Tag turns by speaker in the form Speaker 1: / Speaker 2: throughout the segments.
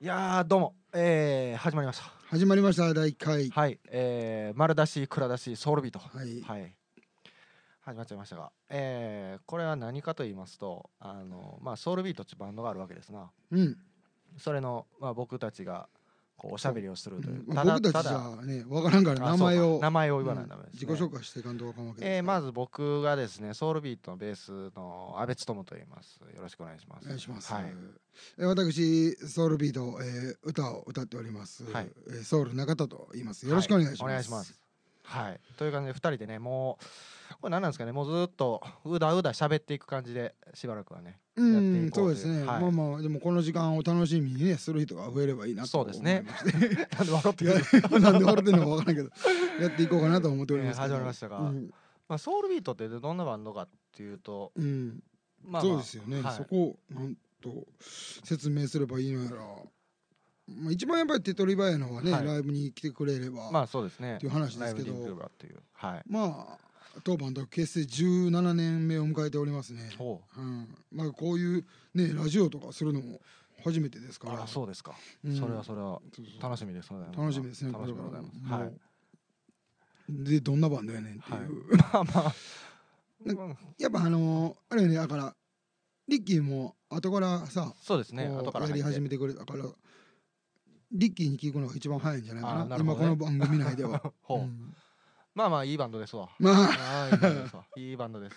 Speaker 1: いやーどうも、えー、始まりました。
Speaker 2: 始まりました第1回
Speaker 1: はい、えー、丸出し、蔵出し、ソウルビート。は
Speaker 2: はい
Speaker 1: い、始まっちゃいましたが、えー、これは何かと言いますと、あのまあソウルビートってバンドがあるわけですな。
Speaker 2: うん
Speaker 1: それのまあ僕たちがこうおしゃべりをするという。
Speaker 2: まあ僕たちじ
Speaker 1: あ
Speaker 2: ゃねわからんから
Speaker 1: そうか
Speaker 2: 名前を
Speaker 1: 名前を言わないとダメです、
Speaker 2: 自
Speaker 1: ね
Speaker 2: 己紹介していかんとわかんわけ
Speaker 1: えー、ま
Speaker 2: ず
Speaker 1: ず僕がですねソウルビートのベースの阿部勉と言いますよろしくお願いします
Speaker 2: お願いします
Speaker 1: はい、
Speaker 2: えー私ソウルビートえー歌を歌っております
Speaker 1: はい
Speaker 2: えーソウル中田と言いますよろしくお願いします
Speaker 1: お願いしますはいという感じで2人でねもうこれ何なんですかねもうずっとうだうだ喋っていく感じでしばらくはね
Speaker 2: う
Speaker 1: やってい
Speaker 2: ん
Speaker 1: こう
Speaker 2: そ
Speaker 1: という
Speaker 2: うですね
Speaker 1: は
Speaker 2: ま
Speaker 1: い
Speaker 2: あまあでもこの時間を楽しみにねする人が増えればいいなと
Speaker 1: そう
Speaker 2: 思
Speaker 1: で
Speaker 2: い
Speaker 1: す
Speaker 2: ま
Speaker 1: ね
Speaker 2: して
Speaker 1: なんで笑って
Speaker 2: い
Speaker 1: る
Speaker 2: やなんで笑ってんのかわからんけどやっていこうかなと思っておりますけ
Speaker 1: えー始
Speaker 2: ど
Speaker 1: まりましたが
Speaker 2: うん
Speaker 1: まあ、ソウルビートってどんなバンドかっていうと
Speaker 2: うん
Speaker 1: まあ、まあ、
Speaker 2: そうですよね、
Speaker 1: はい
Speaker 2: そこをなんと説明すればいいのやら、まあ、一番やっぱり手っ取り早いのはね、
Speaker 1: はい
Speaker 2: ライブに来てくれれば、
Speaker 1: ま
Speaker 2: まあ、
Speaker 1: あそうですね
Speaker 2: っていう話ですけ
Speaker 1: ラ
Speaker 2: ど
Speaker 1: イブに行けばっていうはい
Speaker 2: 当バンドは結成17年目を迎えておりますね、
Speaker 1: ほ
Speaker 2: うんまあ、こういうねラジオとかするのも初めてです
Speaker 1: う
Speaker 2: から
Speaker 1: あらそうですか、
Speaker 2: うん
Speaker 1: それはそれは
Speaker 2: そうそう
Speaker 1: 楽しみですね
Speaker 2: 楽しみですね
Speaker 1: 楽しみでございます
Speaker 2: これから
Speaker 1: は
Speaker 2: も
Speaker 1: い
Speaker 2: もうでどんなバンドやねんっていう、
Speaker 1: まあ まあ
Speaker 2: なん
Speaker 1: うん
Speaker 2: やっぱあのーあれよねだからリッキーも後からさ
Speaker 1: そうですね
Speaker 2: こう
Speaker 1: 後から入
Speaker 2: やり
Speaker 1: って
Speaker 2: 始めてくれたからリッキーに聞くのが一番早いんじゃないか
Speaker 1: あ
Speaker 2: な
Speaker 1: ーなるほどね
Speaker 2: 今この番組内では
Speaker 1: ほう、
Speaker 2: うん
Speaker 1: まあまあいいバンドですわ
Speaker 2: ま
Speaker 1: ああい
Speaker 2: あ
Speaker 1: いバンドですわいいバンドです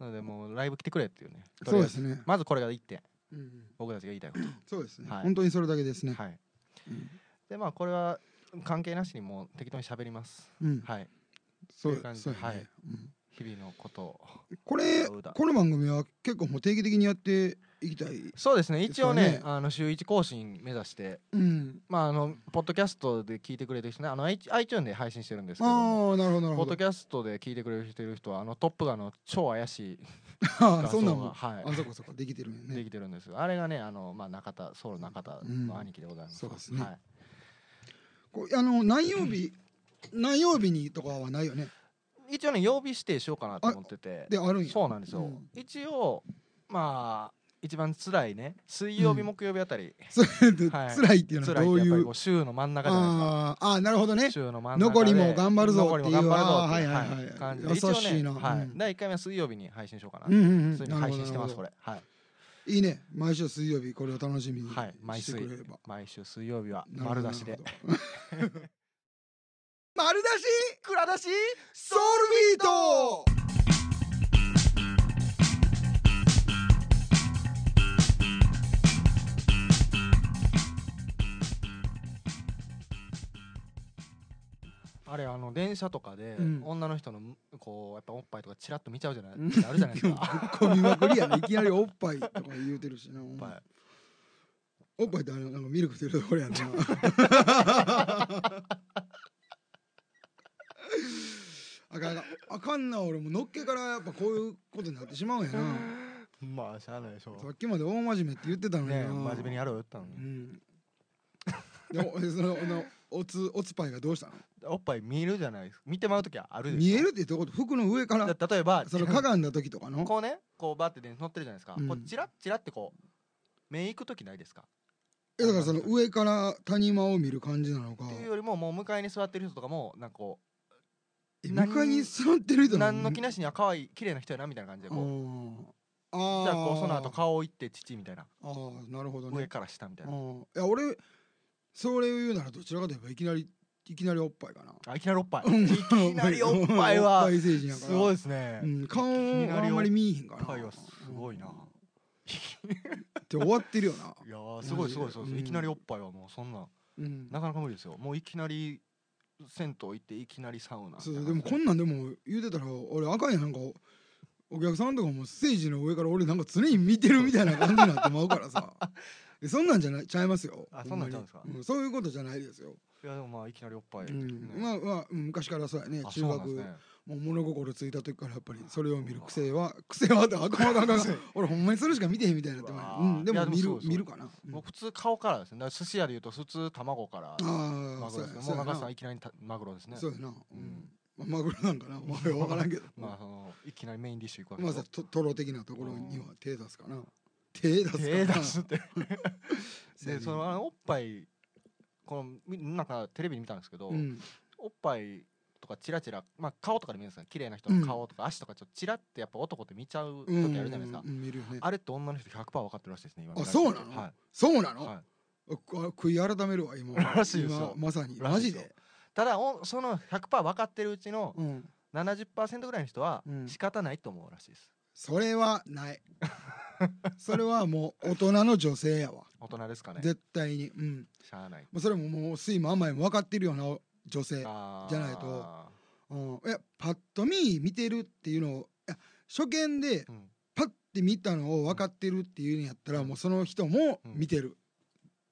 Speaker 1: なのでもうライブ来てくれっていうねとり
Speaker 2: そ
Speaker 1: あ
Speaker 2: う
Speaker 1: え
Speaker 2: で
Speaker 1: ず
Speaker 2: すね、
Speaker 1: まずこれが一点
Speaker 2: うん
Speaker 1: 僕たちが言いたいこと
Speaker 2: そうですね、
Speaker 1: はい
Speaker 2: 本当にそれだけですね、
Speaker 1: はい
Speaker 2: うん
Speaker 1: でまあこれは関係なしにもう適当に喋ります
Speaker 2: うん
Speaker 1: はい
Speaker 2: そ
Speaker 1: っていう
Speaker 2: う
Speaker 1: 感じ
Speaker 2: そうやね、
Speaker 1: はい
Speaker 2: うん
Speaker 1: 日々のことを
Speaker 2: これ
Speaker 1: そうだ
Speaker 2: この番組は結構もう定期的にやっていきたい、
Speaker 1: そうですね一応ね
Speaker 2: ですよね
Speaker 1: あの週一更新目指して
Speaker 2: うん、
Speaker 1: まああのポッドキャストで聞いてくれてる人ねあの iTunes iTunes で配信してるんですけども
Speaker 2: ああなるほどなる
Speaker 1: ポ
Speaker 2: ほ
Speaker 1: ッド
Speaker 2: ど
Speaker 1: キャストで聞いてくれてる人はあのトップガンの超怪しい
Speaker 2: あ
Speaker 1: 画
Speaker 2: ーそ
Speaker 1: 像
Speaker 2: んなんも、
Speaker 1: がはい
Speaker 2: あそこそこできてるよ
Speaker 1: で
Speaker 2: ね
Speaker 1: きてるんですがあれがねあの、まあ、中田ソウル中田の兄貴でございます、
Speaker 2: うんそうですね
Speaker 1: はい、
Speaker 2: こうあの何曜日何曜日にとかはないよね
Speaker 1: 一応ね曜日指定しようかなと思ってて
Speaker 2: であるんや
Speaker 1: そうなんですよ、
Speaker 2: うん
Speaker 1: 一応まあ一番辛いね水曜日、
Speaker 2: うん
Speaker 1: 木曜日あたり
Speaker 2: それで
Speaker 1: はい
Speaker 2: 辛いっていうのは
Speaker 1: 辛い
Speaker 2: ど
Speaker 1: ってやっ
Speaker 2: うい
Speaker 1: ぱり
Speaker 2: う
Speaker 1: こう週の真ん中じゃないですか
Speaker 2: あーあーなるほどね
Speaker 1: 週の真ん中で
Speaker 2: 残りも頑張るぞ
Speaker 1: 残
Speaker 2: っ
Speaker 1: り
Speaker 2: て
Speaker 1: も
Speaker 2: いう
Speaker 1: 頑張るぞっていう
Speaker 2: あーはいはいはい
Speaker 1: 感じで
Speaker 2: 優
Speaker 1: 一応ね
Speaker 2: しいな
Speaker 1: は
Speaker 2: う
Speaker 1: い、
Speaker 2: ん
Speaker 1: 第1回目は水曜日に配信しようかな、
Speaker 2: うんうんうん
Speaker 1: 普通に
Speaker 2: なるほ
Speaker 1: 配
Speaker 2: ど
Speaker 1: 信してます
Speaker 2: な
Speaker 1: こ
Speaker 2: る
Speaker 1: れはい、
Speaker 2: ほどいいね毎週水曜日これを楽しみに
Speaker 1: はい、毎
Speaker 2: して
Speaker 1: 水
Speaker 2: くれれば
Speaker 1: 毎週水曜日は
Speaker 2: なるほ
Speaker 1: 丸
Speaker 2: ど
Speaker 1: 出しで
Speaker 2: なるほど丸出し
Speaker 1: 蔵出し
Speaker 2: ソウルビー
Speaker 1: あれあの電車とかで、
Speaker 2: うん
Speaker 1: 女の人のこうやっぱおっぱいとかチラッと見ちゃうじゃないあるじゃないです か
Speaker 2: トこう見まくりやねいきなりおっぱいとか言うてるしなお
Speaker 1: おっぱ
Speaker 2: おっぱいってあのなんかミルクするとこ れやなあかんあかんあかんな俺ものっけからやっぱこういうことになってしまうんやな
Speaker 1: いまあしゃあないでしょ
Speaker 2: さっきまで大真面目って言ってたのにな、
Speaker 1: ねえ真面目にやろうよったのに
Speaker 2: うんでもでそのあのおつおつパイがどうしたの
Speaker 1: おっぱい見えるじゃないですか見てまう時はあるでしょ
Speaker 2: 見えるってどういうこと服の上から
Speaker 1: だ例えば
Speaker 2: そのかがんだ時とかの
Speaker 1: こうねこうバーってね乗ってるじゃないですか、
Speaker 2: うん
Speaker 1: こうチラッチラッってこう目行く時ないですか
Speaker 2: えだからその上から谷間を見る感じなのか
Speaker 1: っていうよりももう向かいに座ってる人とかもなんかこ
Speaker 2: え
Speaker 1: 何
Speaker 2: 向かいに座ってる
Speaker 1: う
Speaker 2: 人
Speaker 1: 何の気なしには可愛い綺麗な人やなみたいな感じで
Speaker 2: あ
Speaker 1: こう
Speaker 2: あ
Speaker 1: じゃあこうその後顔行って父みたいな
Speaker 2: あーなるほどね
Speaker 1: 上から下みたいな
Speaker 2: うんいや俺それを言うならどちらかといえばいきなりいきなりおっぱいかな
Speaker 1: あいきなりおっぱい
Speaker 2: うん
Speaker 1: いきなりおっぱい
Speaker 2: おっ
Speaker 1: は
Speaker 2: ぱい成人やから
Speaker 1: すごいですね
Speaker 2: うん、顔
Speaker 1: きなりおっぱい
Speaker 2: あんまり見えへんか
Speaker 1: おっ
Speaker 2: ら
Speaker 1: ぱいはすごいな
Speaker 2: うんって終わってるよな
Speaker 1: いやーすごいすごいすごい、
Speaker 2: うん
Speaker 1: いきなりおっぱいはもうそんな
Speaker 2: うん
Speaker 1: なかなか無理ですよもういきなり銭湯行っていきなりサウナ
Speaker 2: そうでもこんなんでも言うてたら俺あかんやんなんかお客さんとかもステージの上から俺なんか常に見てるみたいな感じになってまうから さえそんなんじゃないちゃいますよ
Speaker 1: あそんなんちゃうんですか
Speaker 2: ほまにそういうことじゃないですよ、
Speaker 1: いやでもまあいきなりおっぱい、
Speaker 2: うん
Speaker 1: ね
Speaker 2: まあまあうん昔からそうやね
Speaker 1: あ
Speaker 2: 中
Speaker 1: そうな
Speaker 2: 学
Speaker 1: んですね
Speaker 2: もう物心ついた時からやっぱりそれを見る癖は癖はってあかんあかんあかん 俺ほんまにそれしか見てへんみたいになってまう
Speaker 1: うわー
Speaker 2: んで
Speaker 1: い
Speaker 2: も
Speaker 1: やでも
Speaker 2: 見
Speaker 1: す
Speaker 2: る
Speaker 1: ごいすごい
Speaker 2: 見るかな、うん
Speaker 1: もう普通顔からですねだから寿司屋でいうと普通卵から
Speaker 2: あ
Speaker 1: マグ
Speaker 2: あそ
Speaker 1: ロ
Speaker 2: うや
Speaker 1: ですねも
Speaker 2: そ
Speaker 1: う
Speaker 2: うや
Speaker 1: 中
Speaker 2: な
Speaker 1: 田さんいきなりたマグロですね
Speaker 2: そうやな、
Speaker 1: う
Speaker 2: うんんまあマグロなんかなまあ分からんけど
Speaker 1: まあそのいきなりメインディッシュ行くわけ
Speaker 2: ま
Speaker 1: で
Speaker 2: あ
Speaker 1: す
Speaker 2: さ
Speaker 1: よ
Speaker 2: トトロ的なところには手出すかな手出すから
Speaker 1: 手出す って
Speaker 2: せや
Speaker 1: で
Speaker 2: ね
Speaker 1: そのあのおっぱいこのみなんかテレビで見たんですけど、
Speaker 2: うん
Speaker 1: おっぱいとかチラチラまあ顔とかで見るんですよ綺麗な人の顔とか、足とかちょっとチラってやっぱ男って見ちゃう
Speaker 2: うん
Speaker 1: 時あるじゃないですか、
Speaker 2: うん見るよね
Speaker 1: あれって女の人100%分かってるらしいですね今
Speaker 2: あそうなの
Speaker 1: は、
Speaker 2: そうないの、
Speaker 1: はい、
Speaker 2: あ悔い改めるわ今
Speaker 1: らしいですよ
Speaker 2: 今まさに
Speaker 1: ら
Speaker 2: マ
Speaker 1: しい
Speaker 2: ジ
Speaker 1: ですよ
Speaker 2: で
Speaker 1: ただおその100%分かってるうちの
Speaker 2: うん
Speaker 1: 70%ぐらいの人は
Speaker 2: うん
Speaker 1: 仕方ないと思うらしいです、
Speaker 2: それはない それはもう大人の女性やわ
Speaker 1: 大人ですかね
Speaker 2: 絶対にうん
Speaker 1: しゃあない
Speaker 2: もうそれももう水も甘いも分かってるような女性、
Speaker 1: あー
Speaker 2: じゃないとうん、いやパッと見見てるっていうのをいや初見で
Speaker 1: うん
Speaker 2: パッて見たのを分かってるっていうんやったら、もうその人も
Speaker 1: うん
Speaker 2: 見てる、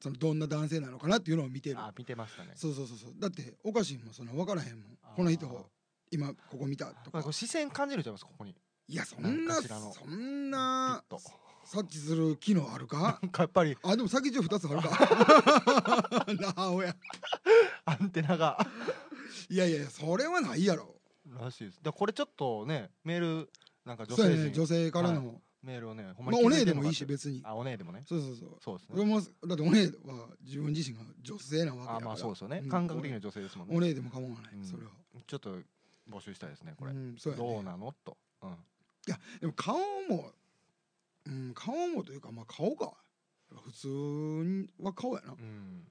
Speaker 2: そのどんな男性なのかなっていうのを見てる
Speaker 1: あ見てましたね
Speaker 2: そうそうそうそうだっておかしいもんそんな分からへんもん
Speaker 1: あー
Speaker 2: この人今ここ見たと
Speaker 1: まあ
Speaker 2: か
Speaker 1: これ視線感じるじゃないですかここに
Speaker 2: いやそんな
Speaker 1: なんかしらの
Speaker 2: そんな
Speaker 1: ピッと
Speaker 2: 察知する機能ある か
Speaker 1: なんかやっぱり
Speaker 2: あでも先っちょ2つあるか なあおや
Speaker 1: アンテナが
Speaker 2: いやいやいやそれはないやろ
Speaker 1: らしいですでこれちょっとねメールなんか女
Speaker 2: そうや
Speaker 1: 性
Speaker 2: ね
Speaker 1: 陣、
Speaker 2: 女性からの、
Speaker 1: メールをねほん
Speaker 2: ま
Speaker 1: まに
Speaker 2: あ
Speaker 1: 気
Speaker 2: お
Speaker 1: づ
Speaker 2: 姉
Speaker 1: て
Speaker 2: で
Speaker 1: んの
Speaker 2: も
Speaker 1: か
Speaker 2: い
Speaker 1: っ
Speaker 2: い
Speaker 1: て
Speaker 2: し別に
Speaker 1: あお姉でもね
Speaker 2: そうそうそう
Speaker 1: そうです
Speaker 2: 俺
Speaker 1: ね
Speaker 2: もだってお姉は自分自身が女性なわけや
Speaker 1: あ
Speaker 2: から
Speaker 1: まあそうですよね、
Speaker 2: うん
Speaker 1: 感覚的な女性ですもん
Speaker 2: お
Speaker 1: ね
Speaker 2: 姉でも構わない、
Speaker 1: うん
Speaker 2: それは
Speaker 1: ちょっと募集したいですねこれ、
Speaker 2: うんそうやね
Speaker 1: どうなのと、うん、
Speaker 2: でも顔も、うん、顔もというかまあ顔か普通は顔やな、
Speaker 1: うん、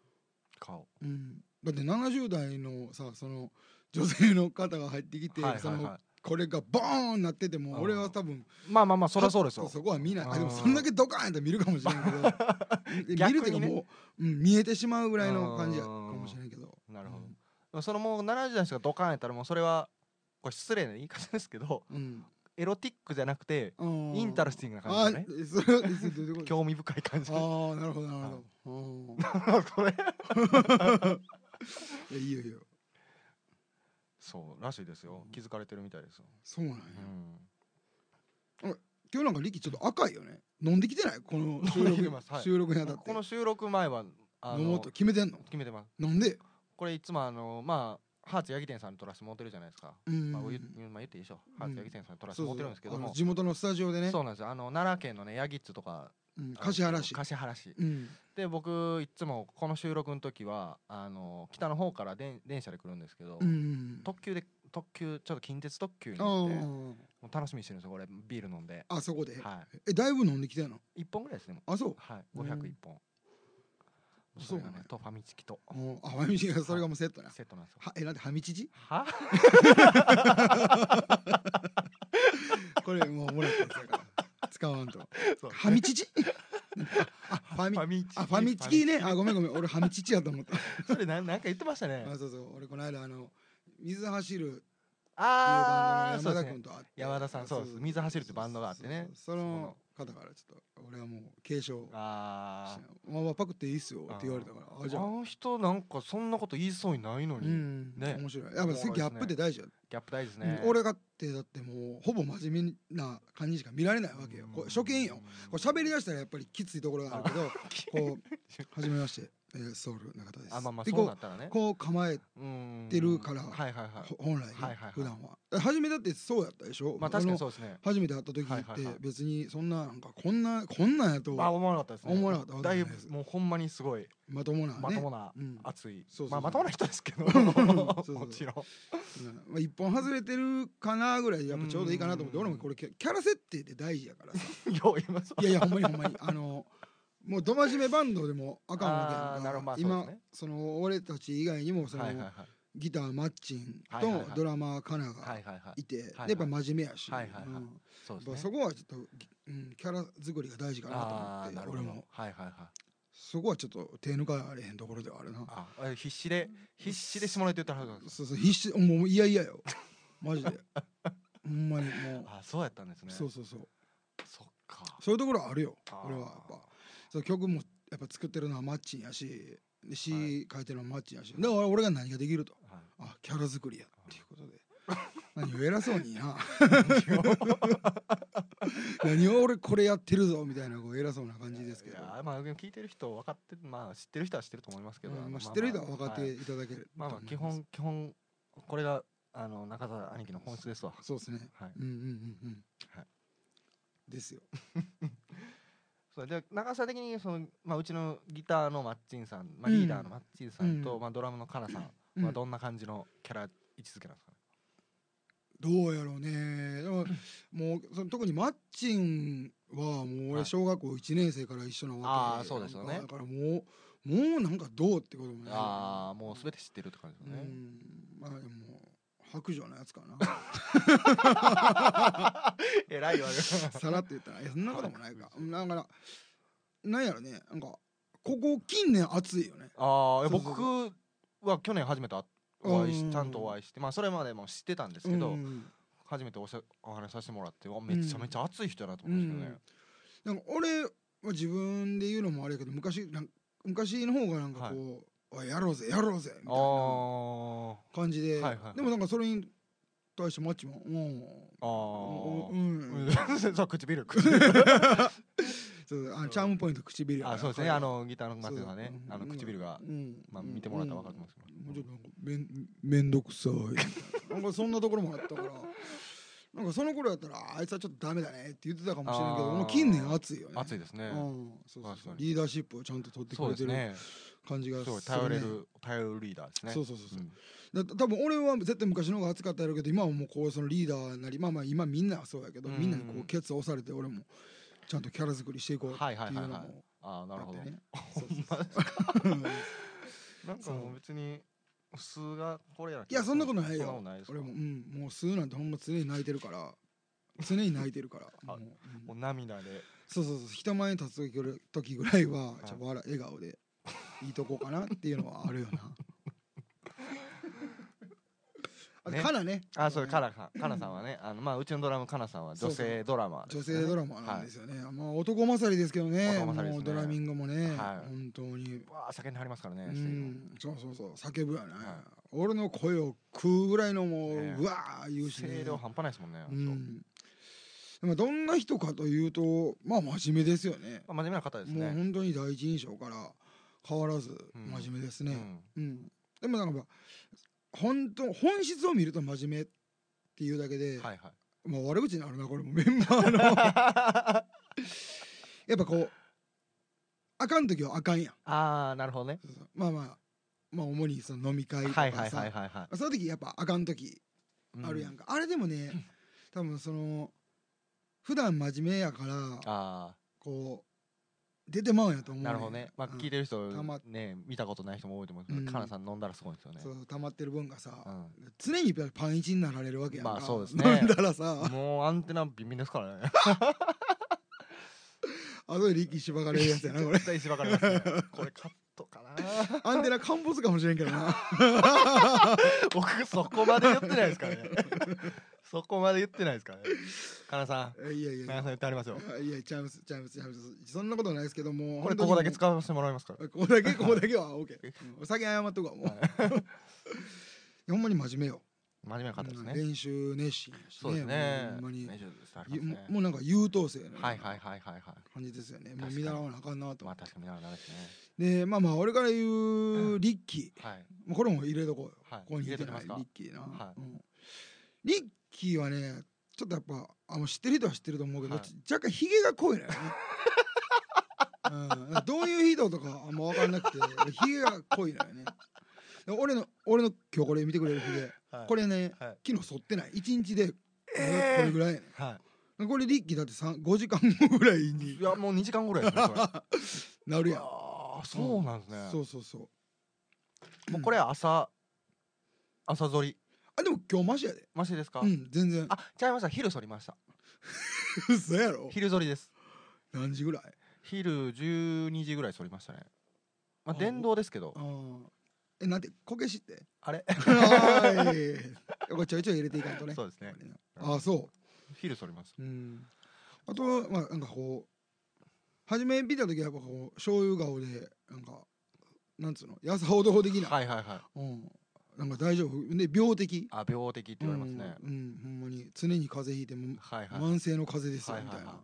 Speaker 1: 顔
Speaker 2: うん、だって70代のさその女性の方が入ってきて、
Speaker 1: はいはい
Speaker 2: その
Speaker 1: は
Speaker 2: これがボーンなってても
Speaker 1: うん
Speaker 2: 俺は多分
Speaker 1: いまあまあまあそりゃそうですよ
Speaker 2: そこは見ないあでも
Speaker 1: うん
Speaker 2: そんだけドカーンって見るかもしれんけ ど見るってい
Speaker 1: 逆に
Speaker 2: うか
Speaker 1: ね
Speaker 2: もう、うん、見えてしまうぐらいの感じやかもしれんけど
Speaker 1: なるほど、まあそのもう70代の人がドカーンやったらもうそれはこれ失礼な言い方ですけど
Speaker 2: うん、
Speaker 1: エロティックじゃなくて
Speaker 2: うん
Speaker 1: インタレスティングな感じですね
Speaker 2: あそれはえそれどういうこと
Speaker 1: 興味深い感じこ
Speaker 2: ああなるほどなるほど
Speaker 1: れ
Speaker 2: うんいやいいよいいよ
Speaker 1: そうらしいですよ気づかれてるみたいですよ、
Speaker 2: そうなんや
Speaker 1: うん、
Speaker 2: 今日なんか力ちょっと赤いよね飲んできてないこの収
Speaker 1: 飲んできて
Speaker 2: 録
Speaker 1: ますはい
Speaker 2: 収録にあたって
Speaker 1: この収録前はあ
Speaker 2: 飲も
Speaker 1: の
Speaker 2: うと決めてんの
Speaker 1: 決めてます
Speaker 2: なんで
Speaker 1: これいつもあのまあハーツヤギ店さんに撮らせてもらってるじゃないですか、
Speaker 2: うん
Speaker 1: まあ、お言うまあ言っていいでしょハーツヤギ店さんに撮らせてもらってるんですけど
Speaker 2: あ
Speaker 1: も
Speaker 2: の地元のスタジオでね
Speaker 1: そうなんですよあの奈良県のねヤギッツとか
Speaker 2: うん
Speaker 1: あの
Speaker 2: 橿原市
Speaker 1: 橿原市
Speaker 2: うん
Speaker 1: で僕いつもこの収録の時はあの北の方から電電車で来るんですけど、
Speaker 2: うん
Speaker 1: 特急で特急ちょっと近鉄特急に
Speaker 2: あ
Speaker 1: 乗って
Speaker 2: ー
Speaker 1: もう楽しみにしてるんですよこれビール飲んで、
Speaker 2: あそこで
Speaker 1: は
Speaker 2: えだいぶ飲んできてんの
Speaker 1: い、1本ぐらいですね
Speaker 2: あそう
Speaker 1: はい、
Speaker 2: うん
Speaker 1: 501本
Speaker 2: そう
Speaker 1: れが
Speaker 2: なんや
Speaker 1: とファミチキと
Speaker 2: うんあファミチキがそれがもうセットな
Speaker 1: セットなんですよ
Speaker 2: はえなんでハミチチ
Speaker 1: は
Speaker 2: これもうもらったやつやから使わんと
Speaker 1: そう
Speaker 2: ハ ミチチあファミ
Speaker 1: ミチ
Speaker 2: あファミチキねあごめんごめん俺ハミチチやと思った
Speaker 1: それなんなんか言ってましたね
Speaker 2: あそうそう俺この間あの水走るっていうバ
Speaker 1: あ
Speaker 2: ン
Speaker 1: あ
Speaker 2: ド
Speaker 1: そ
Speaker 2: の
Speaker 1: うです
Speaker 2: 山田
Speaker 1: ね
Speaker 2: 君と会って
Speaker 1: 山田さんそうです水走るってバンドがあってね
Speaker 2: そうそうその方からちょっと俺はもう継承
Speaker 1: あー
Speaker 2: まあまあパクっていいっすよって言われたからあ
Speaker 1: あ
Speaker 2: じゃあ
Speaker 1: の人なんかそんなこと言いそうにないの
Speaker 2: う
Speaker 1: に、
Speaker 2: ん
Speaker 1: ね
Speaker 2: 面白いやっぱそういうギャップって大事よ、
Speaker 1: ギャップ大事ですね、
Speaker 2: うん俺がってだってもうほぼ真面目な感じしか見られないわけよこう初見よこう喋り
Speaker 1: だ
Speaker 2: だしたらやっぱりきついところがあるけどこう初めまして、えーソウル中田です
Speaker 1: あまあまあ
Speaker 2: で
Speaker 1: そう
Speaker 2: こ
Speaker 1: な
Speaker 2: う
Speaker 1: ったらね
Speaker 2: こう構え
Speaker 1: うん
Speaker 2: てるから
Speaker 1: はいはいはい
Speaker 2: ほ本来ね、
Speaker 1: はいはいはい
Speaker 2: 普段は初めだってそうやったでしょ
Speaker 1: まあ確かにそうですね
Speaker 2: 初めて会った時
Speaker 1: はい
Speaker 2: っ
Speaker 1: はいはい
Speaker 2: て別にそんななんかこんなこんなんやと
Speaker 1: まあ思わなかったですね
Speaker 2: 思わなかったわけ
Speaker 1: だ
Speaker 2: じ
Speaker 1: い
Speaker 2: ゃないです
Speaker 1: ぶもうほんまにすごい
Speaker 2: まともなね
Speaker 1: まともな
Speaker 2: うん
Speaker 1: 熱い、
Speaker 2: そうそうそう
Speaker 1: まあまともな人ですけど
Speaker 2: そうそう
Speaker 1: もちろん
Speaker 2: うんまあ、一本外れてるかなぐらいやっぱちょうどいいかなと思って
Speaker 1: うん
Speaker 2: 俺もこれキャキャラ設定で大事やからさ
Speaker 1: よう言います
Speaker 2: いやいやほんまにほんまにあのもうど真面目バンドでもあかんわけやん
Speaker 1: あ
Speaker 2: か
Speaker 1: ーなるほどまあそう
Speaker 2: 今
Speaker 1: ですね
Speaker 2: その俺たち以外にもその、
Speaker 1: はいはいはい
Speaker 2: ギターマッチン
Speaker 1: はいはいはい
Speaker 2: とドラマーカナ
Speaker 1: は
Speaker 2: が
Speaker 1: いはいはい
Speaker 2: いて、
Speaker 1: はい
Speaker 2: でやっぱ真面目やし、
Speaker 1: はいはいはい
Speaker 2: うん
Speaker 1: そう
Speaker 2: やっ
Speaker 1: で
Speaker 2: ぱ
Speaker 1: す
Speaker 2: そ
Speaker 1: ね
Speaker 2: こはちょっと、うん、キャラ作りが大事かなと
Speaker 1: ああー
Speaker 2: 思
Speaker 1: な
Speaker 2: っ
Speaker 1: る
Speaker 2: て
Speaker 1: ほ
Speaker 2: 俺
Speaker 1: ど
Speaker 2: も
Speaker 1: はいはいはい
Speaker 2: そこはちょっと手抜かれへんところではあるな
Speaker 1: あえ必死で必死で下ネタ言ったらはずなんです
Speaker 2: そうそう必死もういやいや よマジでほんまにもう
Speaker 1: あそうやったんですね
Speaker 2: そうそうそう
Speaker 1: そっか
Speaker 2: そういうところはあるよ
Speaker 1: あー
Speaker 2: 俺はやっぱそう曲もやっぱ作ってるのはマッチンやしで詩
Speaker 1: はい
Speaker 2: 書いてるのはマッチンやし、だから俺が何ができると
Speaker 1: はい
Speaker 2: あキャラ作りやっていう ことで何を偉そうにな何を俺これやってるぞみたいなこう偉そうな感じですけど
Speaker 1: い、やまあでも聞いてる人分かってまあ知ってる人は知ってると思いますけど、
Speaker 2: うん
Speaker 1: あの
Speaker 2: まあ、知ってる人は分
Speaker 1: まあ
Speaker 2: かって
Speaker 1: はい
Speaker 2: いただける
Speaker 1: まあま
Speaker 2: と
Speaker 1: あ
Speaker 2: 思
Speaker 1: 基
Speaker 2: います
Speaker 1: 本基本これがあの中田兄貴の本質ですわ
Speaker 2: そうですね
Speaker 1: はい
Speaker 2: うんうんうんうん、
Speaker 1: はい
Speaker 2: ですよ
Speaker 1: そうで長さ的にその、まあ、うちのギターのマッチンさん、まあ、
Speaker 2: うん
Speaker 1: リーダーのマッチンさんと、
Speaker 2: うん
Speaker 1: まあ、ドラムのカナさ
Speaker 2: うん
Speaker 1: は
Speaker 2: ん、
Speaker 1: どんな感じのキャラ位置づけなんですかね、
Speaker 2: どうやろうねでももうその特にマッチンはもう
Speaker 1: は
Speaker 2: 俺
Speaker 1: い
Speaker 2: 小学校1年生から一緒なわけ
Speaker 1: あーそうですよね
Speaker 2: だからもうもうなんかどうってこともない
Speaker 1: ああもう全て知ってるって感じですよね、
Speaker 2: うんまあでも白状のやつかな
Speaker 1: えらい わ
Speaker 2: さらって言ったらいやそんなこともないかだからなんやろねなんかここ近年暑いよね
Speaker 1: ああ
Speaker 2: そうそう
Speaker 1: 僕は去年初めてあお会いし
Speaker 2: うん
Speaker 1: ちゃんとお会いしてまあそれまでも知ってたんですけど、
Speaker 2: うん
Speaker 1: 初めておしゃお話しさせてもらってわめちゃめちゃ熱い人だなと
Speaker 2: う
Speaker 1: 思うんです
Speaker 2: ん
Speaker 1: けどね、
Speaker 2: なんか俺は自分で言うのもあれやけど昔なんか昔の方がなんかこう、おいやろうぜやろうぜみたいな
Speaker 1: あ
Speaker 2: 感じで、
Speaker 1: はいはいはい
Speaker 2: でもなんかそれに対してマッチもうん
Speaker 1: ああ
Speaker 2: うんうん
Speaker 1: あ そう 唇唇
Speaker 2: そうあのチャームポイント唇やから
Speaker 1: あそうですねあのギターの松田さんね
Speaker 2: そう
Speaker 1: あの唇が、
Speaker 2: うん
Speaker 1: まあ、見てもらったら分かると思うんですけど、
Speaker 2: もうちょっとなんかめんめんどくさいみたいななんかそんなところもあったから なんかその頃やったらあいつはちょっとダメだねって言ってたかもしれないけど
Speaker 1: あー
Speaker 2: もう近年熱いよね
Speaker 1: 熱いですね、
Speaker 2: うんそうそう
Speaker 1: 確
Speaker 2: そ
Speaker 1: か
Speaker 2: う
Speaker 1: に
Speaker 2: リーダーシップをちゃんと取ってく
Speaker 1: そうで
Speaker 2: れて
Speaker 1: す
Speaker 2: る
Speaker 1: ね
Speaker 2: 感じが
Speaker 1: す
Speaker 2: する
Speaker 1: ご
Speaker 2: ね
Speaker 1: い頼れる頼るリーダーですね
Speaker 2: そうそうそうそう
Speaker 1: うん
Speaker 2: だ多分俺は絶対昔の方が熱かったやろうけど今はもうこうそのリーダーなりまあまあ今みんなはそうやけど
Speaker 1: うん
Speaker 2: みんなにこうケツを押されて俺もちゃんとキャラ作りしていこうって
Speaker 1: はいいうはいはいは
Speaker 2: の
Speaker 1: い
Speaker 2: も
Speaker 1: ああな
Speaker 2: あ
Speaker 1: るほ
Speaker 2: っ
Speaker 1: ど
Speaker 2: てね
Speaker 1: ほんまですかなんかもう別に素がこれや
Speaker 2: いやそんなことな
Speaker 1: そ
Speaker 2: い
Speaker 1: んな
Speaker 2: よ
Speaker 1: ことないですか
Speaker 2: 俺もうんもう吸うなんてほんま常に泣いてるから常に泣いてるから
Speaker 1: あ
Speaker 2: もううん
Speaker 1: もう涙で
Speaker 2: そうそうそう人前に立つ時ぐらい時ぐらいは
Speaker 1: はい
Speaker 2: ちょっと笑笑顔でいいとこかなっていうのはあるよ なあと
Speaker 1: ね
Speaker 2: カナね
Speaker 1: あそうカナさんカナさんはねあのまあうちのドラムカナさんは女性ドラマ
Speaker 2: 女性ドラマなんですすよね、まあ男勝りですけどね
Speaker 1: 男勝りですね
Speaker 2: もうドラミングもね、
Speaker 1: はい
Speaker 2: 本当に
Speaker 1: わあ酒に入りますからね
Speaker 2: う
Speaker 1: ステージも
Speaker 2: んそうそうそう叫ぶやね、
Speaker 1: はい
Speaker 2: 俺の声を食うぐらいのもう、
Speaker 1: ね
Speaker 2: うわー言うしね
Speaker 1: 声量半端ないですもんね
Speaker 2: う
Speaker 1: そうま
Speaker 2: んでもどんな人かというとまあ真面目ですよね
Speaker 1: あ真面目な方です
Speaker 2: もう
Speaker 1: ね
Speaker 2: 本当に第一印象から変わらず
Speaker 1: うん
Speaker 2: 真面目です
Speaker 1: う
Speaker 2: ね、
Speaker 1: ん
Speaker 2: うんでもなんか本当本質を見ると真面目っていうだけで、
Speaker 1: はいはい
Speaker 2: まあ悪口になるなこれもメンバーのやっぱこうあかん時はあかんやん
Speaker 1: ああなるほどね
Speaker 2: そうそうまあまあまあ主にその飲み会
Speaker 1: は
Speaker 2: と
Speaker 1: い
Speaker 2: かさ、
Speaker 1: はいはいはいは
Speaker 2: その時やっぱあかん時
Speaker 1: い
Speaker 2: あるやんか、あれでもね 多分その普段真面目やから
Speaker 1: あ
Speaker 2: こう出てまうんやと
Speaker 1: あ
Speaker 2: 思うねん
Speaker 1: なるほどねまあ聞いてる人
Speaker 2: たま
Speaker 1: ね見たことない人も多いと思うんですけ
Speaker 2: う
Speaker 1: ど
Speaker 2: ん
Speaker 1: カナさん飲んだらすごいですよね
Speaker 2: そう溜まってる分がさ、
Speaker 1: うん
Speaker 2: 常にやっぱパンイチになられるわけやんか、
Speaker 1: まあそうですね
Speaker 2: 飲んだらさ
Speaker 1: もうアンテナビンビンですからね
Speaker 2: あとで力しばかれるやつやなこれ
Speaker 1: 絶対しばかれますねこれカットかな
Speaker 2: アンテナ陥没かもしれんけどな
Speaker 1: 僕そこまで言ってないですからねそこまで言ってないですからねかなさん
Speaker 2: えいやいやい
Speaker 1: かなさん
Speaker 2: や
Speaker 1: 言ってありますよ
Speaker 2: いやちゃいますちゃいますちゃいますそんなことないですけども
Speaker 1: これここだけ
Speaker 2: 本
Speaker 1: 使わせてもらいますから
Speaker 2: 当にここだけここだ けは OK お酒謝っとくわもう、
Speaker 1: はい
Speaker 2: ほんまに真面目よ
Speaker 1: 真面目な方ですね
Speaker 2: 練習熱心やし、ね、
Speaker 1: そうですね
Speaker 2: ほんまに
Speaker 1: 練習してあり
Speaker 2: ゆ
Speaker 1: ます
Speaker 2: も
Speaker 1: ね
Speaker 2: うなんか優等生の
Speaker 1: はいはいはいはいはい
Speaker 2: 感じですよね、もう
Speaker 1: 確かに
Speaker 2: 見習わなあかんなと、
Speaker 1: まあ確かになるですね
Speaker 2: でまあまあ俺から言うリッキ
Speaker 1: はい
Speaker 2: ーもうこれも入れとこうよ
Speaker 1: はい
Speaker 2: ここに
Speaker 1: 入
Speaker 2: 出
Speaker 1: れ
Speaker 2: て
Speaker 1: と
Speaker 2: な
Speaker 1: き
Speaker 2: い
Speaker 1: ますか
Speaker 2: リッキーな、
Speaker 1: はい
Speaker 2: うんリッキーはねちょっとやっぱあの知ってる人は知ってると思うけど、
Speaker 1: はい
Speaker 2: ち若干ひげが濃いのよね、うん、どういう人とかあんま分かんなくてひげが濃いのよねで俺の俺の今日これ見てくれるひげ、
Speaker 1: はい
Speaker 2: これね
Speaker 1: はい
Speaker 2: 昨日剃ってない一日で、
Speaker 1: えー
Speaker 2: これぐらいやね
Speaker 1: は
Speaker 2: これリッキーだってさん5時間後ぐらい
Speaker 1: い
Speaker 2: に
Speaker 1: いやもう2時間ぐらいですねこれ
Speaker 2: なるやん
Speaker 1: あーそうなんです
Speaker 2: そ
Speaker 1: ね
Speaker 2: うそうそう
Speaker 1: もうこれは朝朝剃り
Speaker 2: あでも今日マシやで
Speaker 1: マシですか
Speaker 2: うん全然
Speaker 1: あ違いました昼剃りました
Speaker 2: 嘘やろ
Speaker 1: 昼剃りです
Speaker 2: 何時ぐらい
Speaker 1: 昼12時ぐらい剃りましたねまあ
Speaker 2: あ
Speaker 1: 電動ですけど
Speaker 2: あーえなんてこけしって
Speaker 1: あれ
Speaker 2: はい。これちょいちょい入れていかんとね。
Speaker 1: そうですね
Speaker 2: ああ、そ
Speaker 1: 昼剃ります
Speaker 2: う。うん。あとは、まあ、なんかこう、初め見た時はやっぱこう、醤油顔で、なんか、なんつうの、やさほど的な。
Speaker 1: はいはいはい
Speaker 2: うん。なんか大丈夫。で、病的。
Speaker 1: あ病的って言われますね、
Speaker 2: うん、うんほんまに、常に風邪ひいても、
Speaker 1: はいはい、
Speaker 2: 慢性の風邪ですよ、
Speaker 1: はい
Speaker 2: み
Speaker 1: はい
Speaker 2: た
Speaker 1: はい
Speaker 2: いな。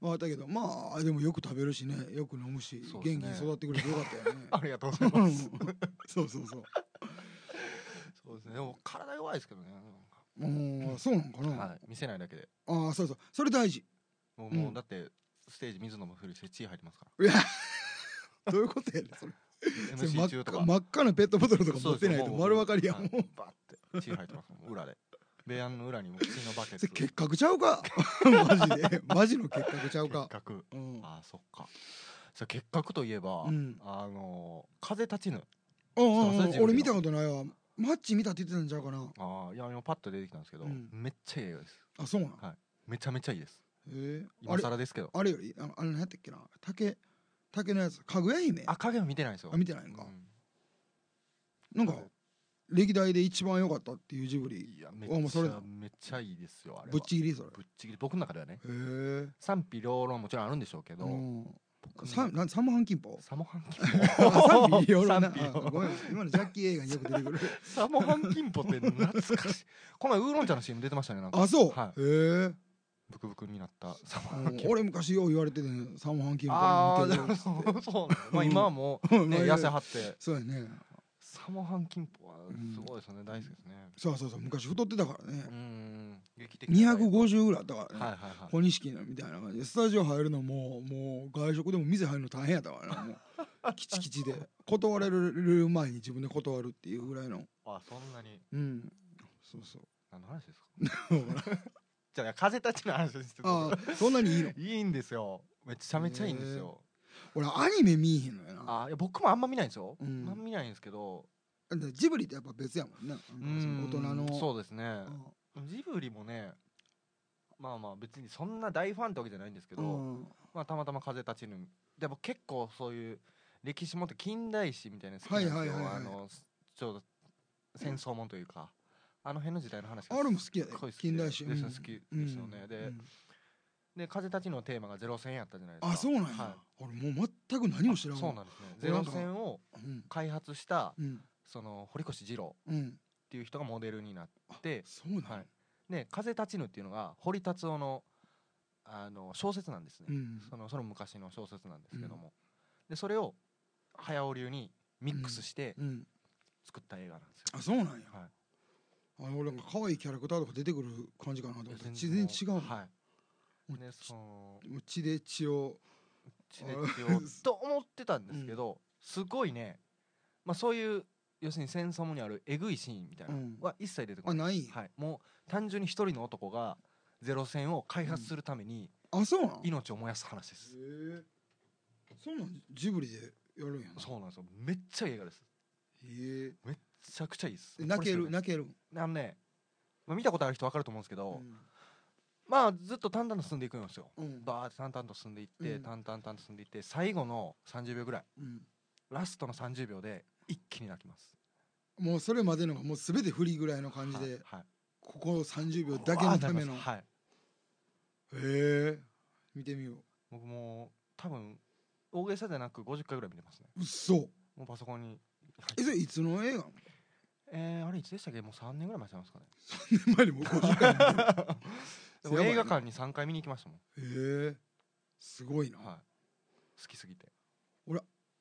Speaker 2: まあ、だけど、まあ、でもよく食べるしね、よく飲むし、
Speaker 1: そう
Speaker 2: 元
Speaker 1: で
Speaker 2: 気
Speaker 1: すね。
Speaker 2: に育ってくれてよかったよね
Speaker 1: ありがとうございうま
Speaker 2: ん
Speaker 1: す
Speaker 2: そうそうそう。
Speaker 1: そうですねでも体弱いですけどねな
Speaker 2: もうそうなんかな。
Speaker 1: んかはい、見せないだけで
Speaker 2: ああそうそうそれ大事
Speaker 1: もう,、
Speaker 2: うん
Speaker 1: もうだってステージ水飲むふりして血入ります から
Speaker 2: いや どういうことやねんそれそれ真
Speaker 1: MC
Speaker 2: っ
Speaker 1: 中と
Speaker 2: 赤
Speaker 1: か
Speaker 2: 真っ赤なペットボトルとか
Speaker 1: そ
Speaker 2: 持
Speaker 1: う
Speaker 2: っ
Speaker 1: です
Speaker 2: て
Speaker 1: よ
Speaker 2: ないと丸分かりや
Speaker 1: は
Speaker 2: も
Speaker 1: い
Speaker 2: ん
Speaker 1: バッて血入ってますもん裏 でベアンの裏にも血のバケツ
Speaker 2: それ結核ちゃ うかマジでマジの結核ちゃうか
Speaker 1: 結核
Speaker 2: うん
Speaker 1: あーそっかそれ結核といえば、
Speaker 2: うん
Speaker 1: あのー風立ちぬ
Speaker 2: うんうん
Speaker 1: そうれ
Speaker 2: ん
Speaker 1: 自分の
Speaker 2: 俺見たことないわマッチ見たって言ってたんちゃうかな
Speaker 1: あーいや今パッと出てきたんですけど、
Speaker 2: うん
Speaker 1: めっちゃいい映画です
Speaker 2: あそうなん
Speaker 1: はいめちゃめちゃいいです
Speaker 2: へえあ
Speaker 1: 今
Speaker 2: れ
Speaker 1: 更ですけど
Speaker 2: あれよりあのあれ何やったっけな竹竹のやつかぐや姫
Speaker 1: あ影は見てないんですよ
Speaker 2: あ見てないんか
Speaker 1: うん
Speaker 2: なんか歴代で一番良かったっていうジブリ
Speaker 1: いやめっ
Speaker 2: あもう
Speaker 1: ちゃ
Speaker 2: それだ
Speaker 1: めっちゃいいですよあれは
Speaker 2: ぶっちぎりそれへ
Speaker 1: ぶっちぎり僕の中ではね
Speaker 2: え
Speaker 1: 賛否両論もちろんあるんでしょうけど、
Speaker 2: うん
Speaker 1: 僕の
Speaker 2: さなん三万金歩
Speaker 1: サモハンキ
Speaker 2: あ
Speaker 1: ンポ
Speaker 2: 賛否両論な
Speaker 1: 賛
Speaker 2: あ
Speaker 1: 否両
Speaker 2: ごめん今のジャッキー映画によく出 てくる
Speaker 1: サモハンキンポって懐か しいこの前ウーロン茶の CM 出てましたねなんか
Speaker 2: あそう
Speaker 1: は
Speaker 2: へえ
Speaker 1: ブクブクになったサモ
Speaker 2: う
Speaker 1: ハン
Speaker 2: ん
Speaker 1: キンポ
Speaker 2: 俺昔よう言われててね三万金歩
Speaker 1: ああ
Speaker 2: あ
Speaker 1: でもそうそうなんだまあ今はも うね痩せ張って
Speaker 2: そうやね
Speaker 1: サモハンキンポはすごいですね大好きですね
Speaker 2: そうそうそう昔太ってたから
Speaker 1: うー
Speaker 2: ね
Speaker 1: ん劇的な
Speaker 2: 250ぐらいあったからね
Speaker 1: はいはいはい
Speaker 2: 小錦のみたいな感じでスタジオ入るのももう外食でも店入るの大変やったからなもうキチキチで断れる前に自分で断るっていうぐらいの
Speaker 1: あそんなに
Speaker 2: うんそうそう
Speaker 1: 何の話ですかじゃあ風立ちの話です
Speaker 2: ああそんなにいいの
Speaker 1: いいんですよめちゃめちゃいいんですよ
Speaker 2: 俺アニメ見えへんのやな
Speaker 1: あいや僕もあんま見ないんですよ、
Speaker 2: うん
Speaker 1: あんま見ないんですけど
Speaker 2: だってジブリってやっぱ別やもんねなんかその大人
Speaker 1: うー
Speaker 2: の
Speaker 1: んそうですね
Speaker 2: うん
Speaker 1: ジブリもねまあまあ別にそんな大ファンってわけじゃないんですけど、
Speaker 2: うん
Speaker 1: まあたまたま風立ちぬでも結構そういう歴史もって近代史みたいなの好きな
Speaker 2: は
Speaker 1: ん
Speaker 2: い
Speaker 1: ですよ、
Speaker 2: はいはいはい
Speaker 1: あのちょうど戦争もんというか、あの辺の時代の話が
Speaker 2: あれも好きやで
Speaker 1: ごい好きで
Speaker 2: 近代史
Speaker 1: です
Speaker 2: うん
Speaker 1: 好きですよね
Speaker 2: うん
Speaker 1: で
Speaker 2: うん
Speaker 1: で風立ちぬのテーマが0戦やったじゃないですか
Speaker 2: あそうなん
Speaker 1: はい
Speaker 2: や俺もう全く何も知らん
Speaker 1: あ
Speaker 2: わ
Speaker 1: そうなんですね
Speaker 2: 俺なん
Speaker 1: 0
Speaker 2: か
Speaker 1: 戦を
Speaker 2: うん
Speaker 1: 開発した
Speaker 2: うん
Speaker 1: その堀越二郎
Speaker 2: うん
Speaker 1: っていう人がモデルになって
Speaker 2: そうなんや
Speaker 1: はいで「風立ちぬ」っていうのが堀達夫のあの小説なんですね、
Speaker 2: うん
Speaker 1: そのその昔の小説なんですけども、でそれを早尾流にミックスして
Speaker 2: うん
Speaker 1: 作った映画なんですよ、
Speaker 2: あそうなんや
Speaker 1: はい
Speaker 2: あれ俺なんか可愛いキャラクターとか出てくる感じかなと思ったら全然違う
Speaker 1: も
Speaker 2: もん
Speaker 1: はい
Speaker 2: も
Speaker 1: で
Speaker 2: う
Speaker 1: その
Speaker 2: もう血で血を
Speaker 1: 地熱をと思ってたんですけど、すごいね、まあ、そういう要するに戦争にあるえぐいシーンみたいなのは一切出てこ
Speaker 2: あ
Speaker 1: ない、
Speaker 2: ないんや
Speaker 1: はい、もう単純に一人の男がゼロ戦を開発するために
Speaker 2: あそうなんへ
Speaker 1: 命を燃やす話です、
Speaker 2: えそうなんジブリでやるんやな
Speaker 1: そうなんですよめっちゃいい映画です
Speaker 2: へ
Speaker 1: めっちゃくちゃいいです
Speaker 2: え泣ける
Speaker 1: これしか
Speaker 2: 泣ける
Speaker 1: 言えないあのね、まあ、見たことある人わかると思うんですけど、
Speaker 2: うん
Speaker 1: まあずっと淡々と進んでいくんですよ
Speaker 2: うん
Speaker 1: バーって淡々と進んでいって、
Speaker 2: うん
Speaker 1: 淡々と進んでいって最後の30秒ぐらい
Speaker 2: うん
Speaker 1: ラストの30秒で一気に泣きます
Speaker 2: もうそれまでのがもう全て振りぐらいの感じで
Speaker 1: はい
Speaker 2: ここ30
Speaker 1: は
Speaker 2: 秒
Speaker 1: い
Speaker 2: だけのため
Speaker 1: う
Speaker 2: の
Speaker 1: わーってなりま
Speaker 2: へ
Speaker 1: すはい
Speaker 2: え見てみよ
Speaker 1: 僕もう多分大げさじゃなく50回ぐらい見てますね
Speaker 2: ううっそ
Speaker 1: もうパソコンに
Speaker 2: えそれいつの映画
Speaker 1: えー、あれいつでしたっけもう3年ぐらい前ちゃいますかね
Speaker 2: 前にもう50回 見てる
Speaker 1: でも
Speaker 2: やばいな
Speaker 1: 映画館に3回見に行きましたもん、
Speaker 2: へえすごいな
Speaker 1: はい、好きすぎて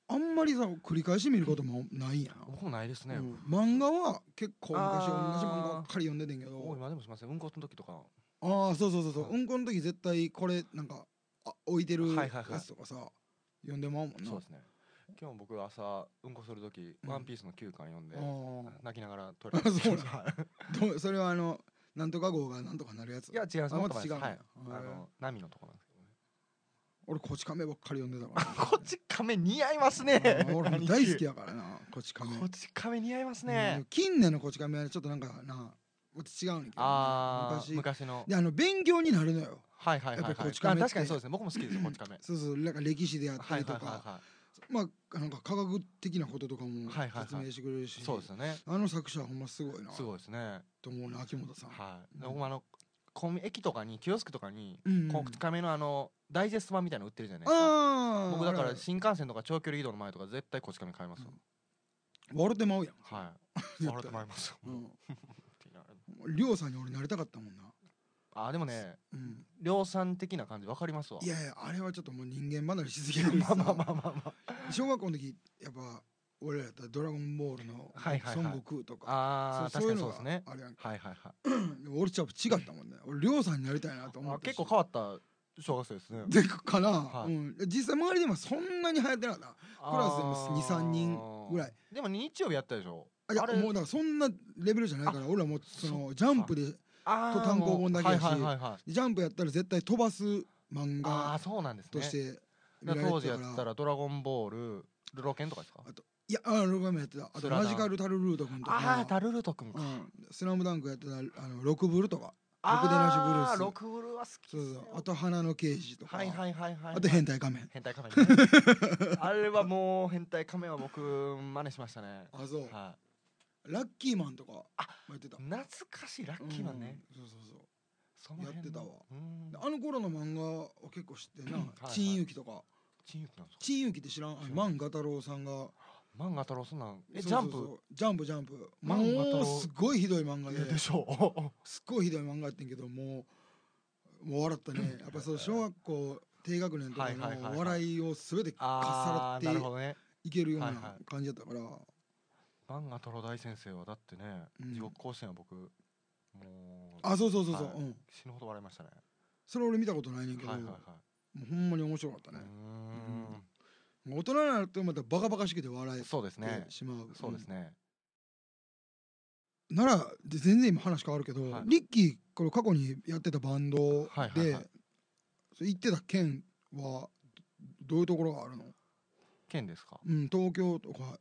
Speaker 2: あんまりさ繰り返し見ることもないんやな
Speaker 1: 僕もないですね、
Speaker 2: うん漫画は結構昔同じ漫画ばっかり読んでてんけ
Speaker 1: お
Speaker 2: ど
Speaker 1: 今でもしますようんこの時とか
Speaker 2: ああそうそうそうそう、
Speaker 1: はい
Speaker 2: うんこの時絶対これなんかあ置いてる
Speaker 1: は
Speaker 2: や
Speaker 1: いはいはい
Speaker 2: つとかさ、読んでまうもんな
Speaker 1: そうですね今日僕朝うんこする時
Speaker 2: うん
Speaker 1: ワンピースの9巻読んで、
Speaker 2: あ
Speaker 1: 泣きながらトイレ
Speaker 2: あ そうなん
Speaker 1: はい
Speaker 2: あどうそれはあのなんとか号がなんとかなるやつ
Speaker 1: いや違います
Speaker 2: あ
Speaker 1: も
Speaker 2: ま
Speaker 1: っと
Speaker 2: た
Speaker 1: 前
Speaker 2: 違
Speaker 1: で
Speaker 2: う
Speaker 1: す
Speaker 2: ん
Speaker 1: はいあ
Speaker 2: だ、へえ
Speaker 1: の波のとこなんですけどね
Speaker 2: 俺こち亀ばっかり読んでたから
Speaker 1: こち亀似合いますね
Speaker 2: あー俺も大好き
Speaker 1: や
Speaker 2: やからなこち 亀
Speaker 1: こち亀似合いますね
Speaker 2: うん近年のこち亀はちょっとなんかなまた違うんやけどな
Speaker 1: ああ
Speaker 2: 昔
Speaker 1: 昔の
Speaker 2: であの勉強になるのよ
Speaker 1: はいはいはいは
Speaker 2: や
Speaker 1: い
Speaker 2: っぱこち
Speaker 1: あ
Speaker 2: 亀って
Speaker 1: 確かにそうですね僕も好きですよこち 亀
Speaker 2: そうそうなんか歴史であった
Speaker 1: はい
Speaker 2: り
Speaker 1: は
Speaker 2: と
Speaker 1: いはい
Speaker 2: か
Speaker 1: は
Speaker 2: まあなんか科学的なこととかも
Speaker 1: はいはいはい
Speaker 2: 説明してくれるし、
Speaker 1: いそうですよね
Speaker 2: あの作者はほんますごいな
Speaker 1: すごいですね
Speaker 2: と思うな秋元さん、
Speaker 1: はいで
Speaker 2: うん
Speaker 1: 僕もあのコンビ駅とかにキオスクとかに
Speaker 2: うん
Speaker 1: こち亀のあのダイジェスト版みたいなの売ってるじゃないですか
Speaker 2: ああ
Speaker 1: 僕だから
Speaker 2: 笑
Speaker 1: 新幹線とか長距離移動の前とか絶対こち亀買いますよ、
Speaker 2: ってまうやん
Speaker 1: はい
Speaker 2: 絶対
Speaker 1: 笑ってまいりますよ、
Speaker 2: う
Speaker 1: もうんってなる
Speaker 2: りょうさんに俺なりたかったもんな、
Speaker 1: あでもね
Speaker 2: うん、
Speaker 1: 量産的な感じわかりますわ
Speaker 2: いやいやあれはちょっともう人間離れしすぎる
Speaker 1: まあまあまあまあま
Speaker 2: 小学校の時やっぱ俺らやったら「ドラゴンボール」の
Speaker 1: はいはいはい
Speaker 2: 孫悟空とか、
Speaker 1: ああー
Speaker 2: そ
Speaker 1: 確かに
Speaker 2: そ
Speaker 1: そううです
Speaker 2: いのが
Speaker 1: ね
Speaker 2: あれやんか
Speaker 1: はいはいはい
Speaker 2: 俺ちょっと違ったもんね俺りょうさんになりたいなと思
Speaker 1: あ
Speaker 2: って
Speaker 1: 結構変わった小学生ですね
Speaker 2: でかな、
Speaker 1: はい
Speaker 2: うん、実際周りでもそんなに流行ってなかったクラスでも23人ぐら
Speaker 1: い
Speaker 2: い
Speaker 1: でも日曜日やったでしょ
Speaker 2: あいや
Speaker 1: あれ
Speaker 2: もうだからそんなレベルじゃないから俺らもうそのジャンプで
Speaker 1: あ
Speaker 2: と単行本だけやし
Speaker 1: もうはいはいはいはい
Speaker 2: ジャンプやったら絶対飛ばす漫
Speaker 1: ああ
Speaker 2: 画
Speaker 1: そうなんです
Speaker 2: と
Speaker 1: ね
Speaker 2: して見
Speaker 1: だ
Speaker 2: ら
Speaker 1: か
Speaker 2: れ
Speaker 1: ら当
Speaker 2: て
Speaker 1: 時や
Speaker 2: た
Speaker 1: って
Speaker 2: から
Speaker 1: たら「ドラゴンボール」「ルロケン」とかですか
Speaker 2: いやあロガメやってたあ
Speaker 1: ス
Speaker 2: と
Speaker 1: ラダン
Speaker 2: マジカルタルルート君と
Speaker 1: ああ
Speaker 2: か
Speaker 1: タルルト君
Speaker 2: う
Speaker 1: か
Speaker 2: ん、スラムダンクやってたあのロクブルとか
Speaker 1: あ
Speaker 2: ろくでなしブルース
Speaker 1: ーロクブルーは好き
Speaker 2: そ
Speaker 1: っ
Speaker 2: う
Speaker 1: す
Speaker 2: そ
Speaker 1: ね
Speaker 2: うあと花の刑事とか、
Speaker 1: はいはいはいはい
Speaker 2: あと変態仮面
Speaker 1: 変態仮面ね あれはもう変態仮面は僕真似しましたね
Speaker 2: あそう、
Speaker 1: は
Speaker 2: ラッキーマンとかも
Speaker 1: あ
Speaker 2: やってた
Speaker 1: い懐かしいラッキーマンね
Speaker 2: うん、そうそうそう
Speaker 1: その辺の
Speaker 2: やってたわ
Speaker 1: うん
Speaker 2: であの頃の漫画は結構知ってんな
Speaker 1: うんはいはい
Speaker 2: 「珍遊記」とか
Speaker 1: チンユキなんです
Speaker 2: 「
Speaker 1: か
Speaker 2: 珍遊記」って知らん
Speaker 1: 知
Speaker 2: あ
Speaker 1: らん
Speaker 2: 万画太郎さんが
Speaker 1: 漫画太郎そんなんえジ
Speaker 2: そうそ
Speaker 1: ャ
Speaker 2: う
Speaker 1: ン
Speaker 2: そう
Speaker 1: プ
Speaker 2: ジャンプジャンプ
Speaker 1: 万画太郎
Speaker 2: もうすごいひどい漫画
Speaker 1: い
Speaker 2: で
Speaker 1: やでしょ
Speaker 2: すっごいひどい漫画やってんけどもうもう笑ったねやっぱそう小学校低学年とか
Speaker 1: はいはいはいは
Speaker 2: の
Speaker 1: い
Speaker 2: 笑いを全て か
Speaker 1: あ
Speaker 2: っ
Speaker 1: あ
Speaker 2: さ
Speaker 1: な
Speaker 2: ら
Speaker 1: る
Speaker 2: っ
Speaker 1: ほ
Speaker 2: て
Speaker 1: どね
Speaker 2: いけるよう
Speaker 1: はいは
Speaker 2: ない感じだったから
Speaker 1: 漫画太郎大先生はだってね
Speaker 2: うん
Speaker 1: 地獄甲子園は僕もう
Speaker 2: あそうそうそうそう
Speaker 1: はい
Speaker 2: うん
Speaker 1: 死ぬほど笑いましたね
Speaker 2: それ俺見たことないねんけど
Speaker 1: はいはい
Speaker 2: も
Speaker 1: は
Speaker 2: うほんまに面白かった
Speaker 1: いうー
Speaker 2: ね
Speaker 1: ん
Speaker 2: 大人になるとまたバカバカしくて笑え
Speaker 1: そうですね
Speaker 2: てしまう
Speaker 1: そうですね
Speaker 2: ならで全然今話変わるけど、
Speaker 1: はい
Speaker 2: リッキーこれ過去にやってたバンドで、
Speaker 1: はいはいはい
Speaker 2: それ行ってた県はどういうところがあるの、
Speaker 1: 県ですか
Speaker 2: うん、東京とか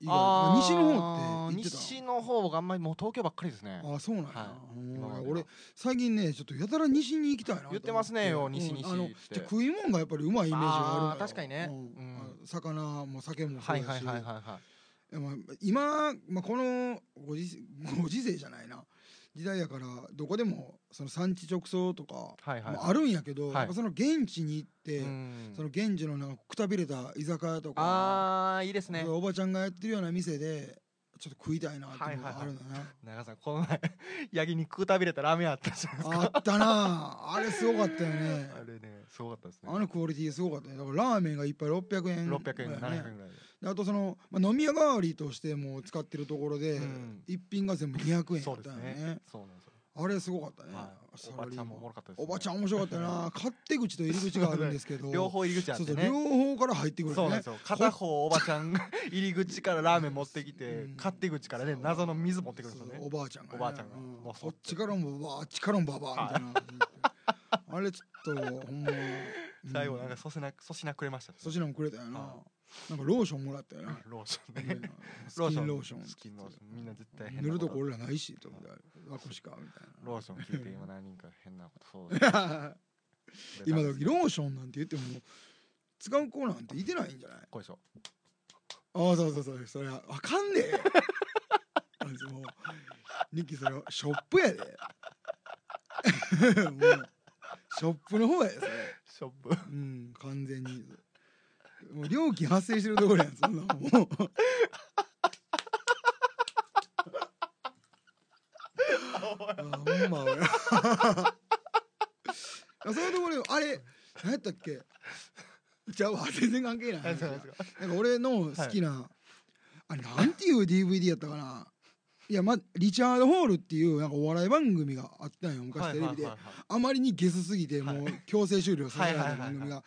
Speaker 2: 以
Speaker 1: あー
Speaker 2: 外西の方って行ってた
Speaker 1: 西の方があんまりもう東京ばっかりですね
Speaker 2: ああそうなんや、
Speaker 1: は
Speaker 2: うん
Speaker 1: 今までは
Speaker 2: 俺最近ねちょっとやたら西に行きたいなと思
Speaker 1: 言っ
Speaker 2: っ
Speaker 1: ててますねよ西
Speaker 2: うん
Speaker 1: 西
Speaker 2: あの
Speaker 1: って
Speaker 2: ちょ食い物がやっぱりうまいイメージがあるのよ
Speaker 1: あー確かにね
Speaker 2: うん
Speaker 1: うん
Speaker 2: あの魚も酒もそ
Speaker 1: は
Speaker 2: う
Speaker 1: い
Speaker 2: だし、
Speaker 1: はいはいはいはい
Speaker 2: やまあ今、まあ、このご時ご時世じゃないな時代やからどこでもその産地直送とか
Speaker 1: はいはい
Speaker 2: もあるんやけど、
Speaker 1: はい
Speaker 2: やっぱその現地に行って、
Speaker 1: うん
Speaker 2: その現地のなんかくたびれた居酒屋とか、
Speaker 1: あーいいですね
Speaker 2: おばちゃんがやってるような店でちょっと食いたいなっていうの
Speaker 1: はい
Speaker 2: が
Speaker 1: は
Speaker 2: あ
Speaker 1: い
Speaker 2: る
Speaker 1: は
Speaker 2: ん
Speaker 1: い
Speaker 2: だな、
Speaker 1: 長さんこの前ヤギにくたびれたラーメンあったじゃないですか
Speaker 2: あったなあれすごかったよね
Speaker 1: あれねすごかったですね
Speaker 2: あのクオリティすごかったねだからラーメンがいっぱい600円
Speaker 1: 600円
Speaker 2: ぐらい
Speaker 1: 700
Speaker 2: ね
Speaker 1: 円ぐらいで
Speaker 2: であとその、まあ、飲み屋代わりとしても使ってるところで、
Speaker 1: うん
Speaker 2: 一品が全部200円だ
Speaker 1: そ
Speaker 2: っ
Speaker 1: うです
Speaker 2: たよ
Speaker 1: ねそうなんですよ
Speaker 2: あれすごかったね、
Speaker 1: はい
Speaker 2: サ
Speaker 1: おば
Speaker 2: ラリ
Speaker 1: ち
Speaker 2: ー
Speaker 1: ゃ
Speaker 2: マン
Speaker 1: んもおもろかったですね
Speaker 2: おばちゃん面白かった よな勝手口と入り口があるんですけど
Speaker 1: 両方入り口あっ
Speaker 2: そうそ
Speaker 1: て
Speaker 2: う
Speaker 1: ね
Speaker 2: 両方から入ってくる
Speaker 1: そう
Speaker 2: よ
Speaker 1: なんで
Speaker 2: ね
Speaker 1: すよ片方おばちゃんが入り口からラーメン持ってきて
Speaker 2: うん
Speaker 1: 勝手口からね謎の水持ってくるんですよ
Speaker 2: そうそう
Speaker 1: ね
Speaker 2: おばあちゃんが、ね、
Speaker 1: おばあちゃんが
Speaker 2: う
Speaker 1: もう
Speaker 2: こ
Speaker 1: そっ
Speaker 2: ってちからもばあっちからもばばあみたいなあれちょっとほんま
Speaker 1: 最後なん
Speaker 2: か
Speaker 1: か粗品粗品くれましたね
Speaker 2: 粗品もくれたよな、
Speaker 1: は
Speaker 2: なんかローションもらったよな、
Speaker 1: ローション
Speaker 2: ね
Speaker 1: ね
Speaker 2: スキンローション
Speaker 1: スキンローションみんな絶対変
Speaker 2: 塗
Speaker 1: な
Speaker 2: る
Speaker 1: こと
Speaker 2: こ俺らないしと思ってあこしかみ
Speaker 1: ローション聞いて今何人か変なことそう
Speaker 2: たいな
Speaker 1: で
Speaker 2: 今時ローションなんて言っても使う子なんていてないんじゃない
Speaker 1: こうでしょ
Speaker 2: ああそうそうそうそれはあかんねえあいつもうニッキーそれはショップやでもうショップの方やでそれ
Speaker 1: ショッ プ
Speaker 2: うん完全にもう料金発生してるところやんそんなんもうあほんま 俺そういうところよあれ何やったっけじゃあ全然関係ない
Speaker 1: あ
Speaker 2: 話
Speaker 1: そうな
Speaker 2: やなんん
Speaker 1: で
Speaker 2: か
Speaker 1: すか
Speaker 2: 俺の好きな、あれなんていう DVD やったかないやまリチャード・ホールっていうなんかお笑い番組があったんよ昔テレビで、
Speaker 1: はい
Speaker 2: あまりにゲスすぎて
Speaker 1: はい
Speaker 2: もう強制終了させられ
Speaker 1: は
Speaker 2: た
Speaker 1: いはいはいはい
Speaker 2: 番組が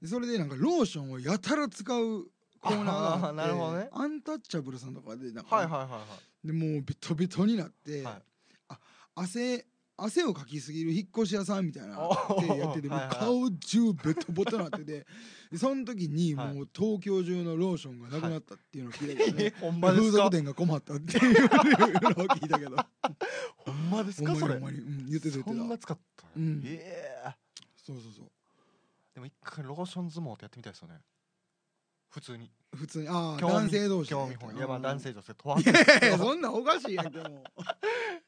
Speaker 2: でそれでなんかローションをやたら使うコーナーがあ
Speaker 1: あー
Speaker 2: って
Speaker 1: なるほどね
Speaker 2: アンタッチャブルさんとかでなんか、
Speaker 1: はいはいはいはい
Speaker 2: でもうベトベトになって、
Speaker 1: はい
Speaker 2: あ汗汗をかきすぎる引っ越し屋さんみたいな
Speaker 1: おー
Speaker 2: でやっててもう
Speaker 1: はいはい
Speaker 2: 顔中ベトボトなって てでその時に
Speaker 1: はい
Speaker 2: もう東京中のローションがなくなったっていうのを聞いたけどね、
Speaker 1: えほんまで
Speaker 2: 風
Speaker 1: すか
Speaker 2: 俗店が困ったっていうのを聞いたけど
Speaker 1: ほんまです
Speaker 2: ほん
Speaker 1: かそれ
Speaker 2: まにほんまに、うん、言ってた言って
Speaker 1: そ
Speaker 2: た
Speaker 1: んな使った
Speaker 2: うん
Speaker 1: いや
Speaker 2: そうそうそう
Speaker 1: でも一回ローション相撲ってやってみたいですよね普通に
Speaker 2: 普通にああ
Speaker 1: 興味
Speaker 2: 男性同士で
Speaker 1: 興味本位いやまあ男性女性問わ
Speaker 2: い
Speaker 1: ず
Speaker 2: やいやそんなんおかしいやんけも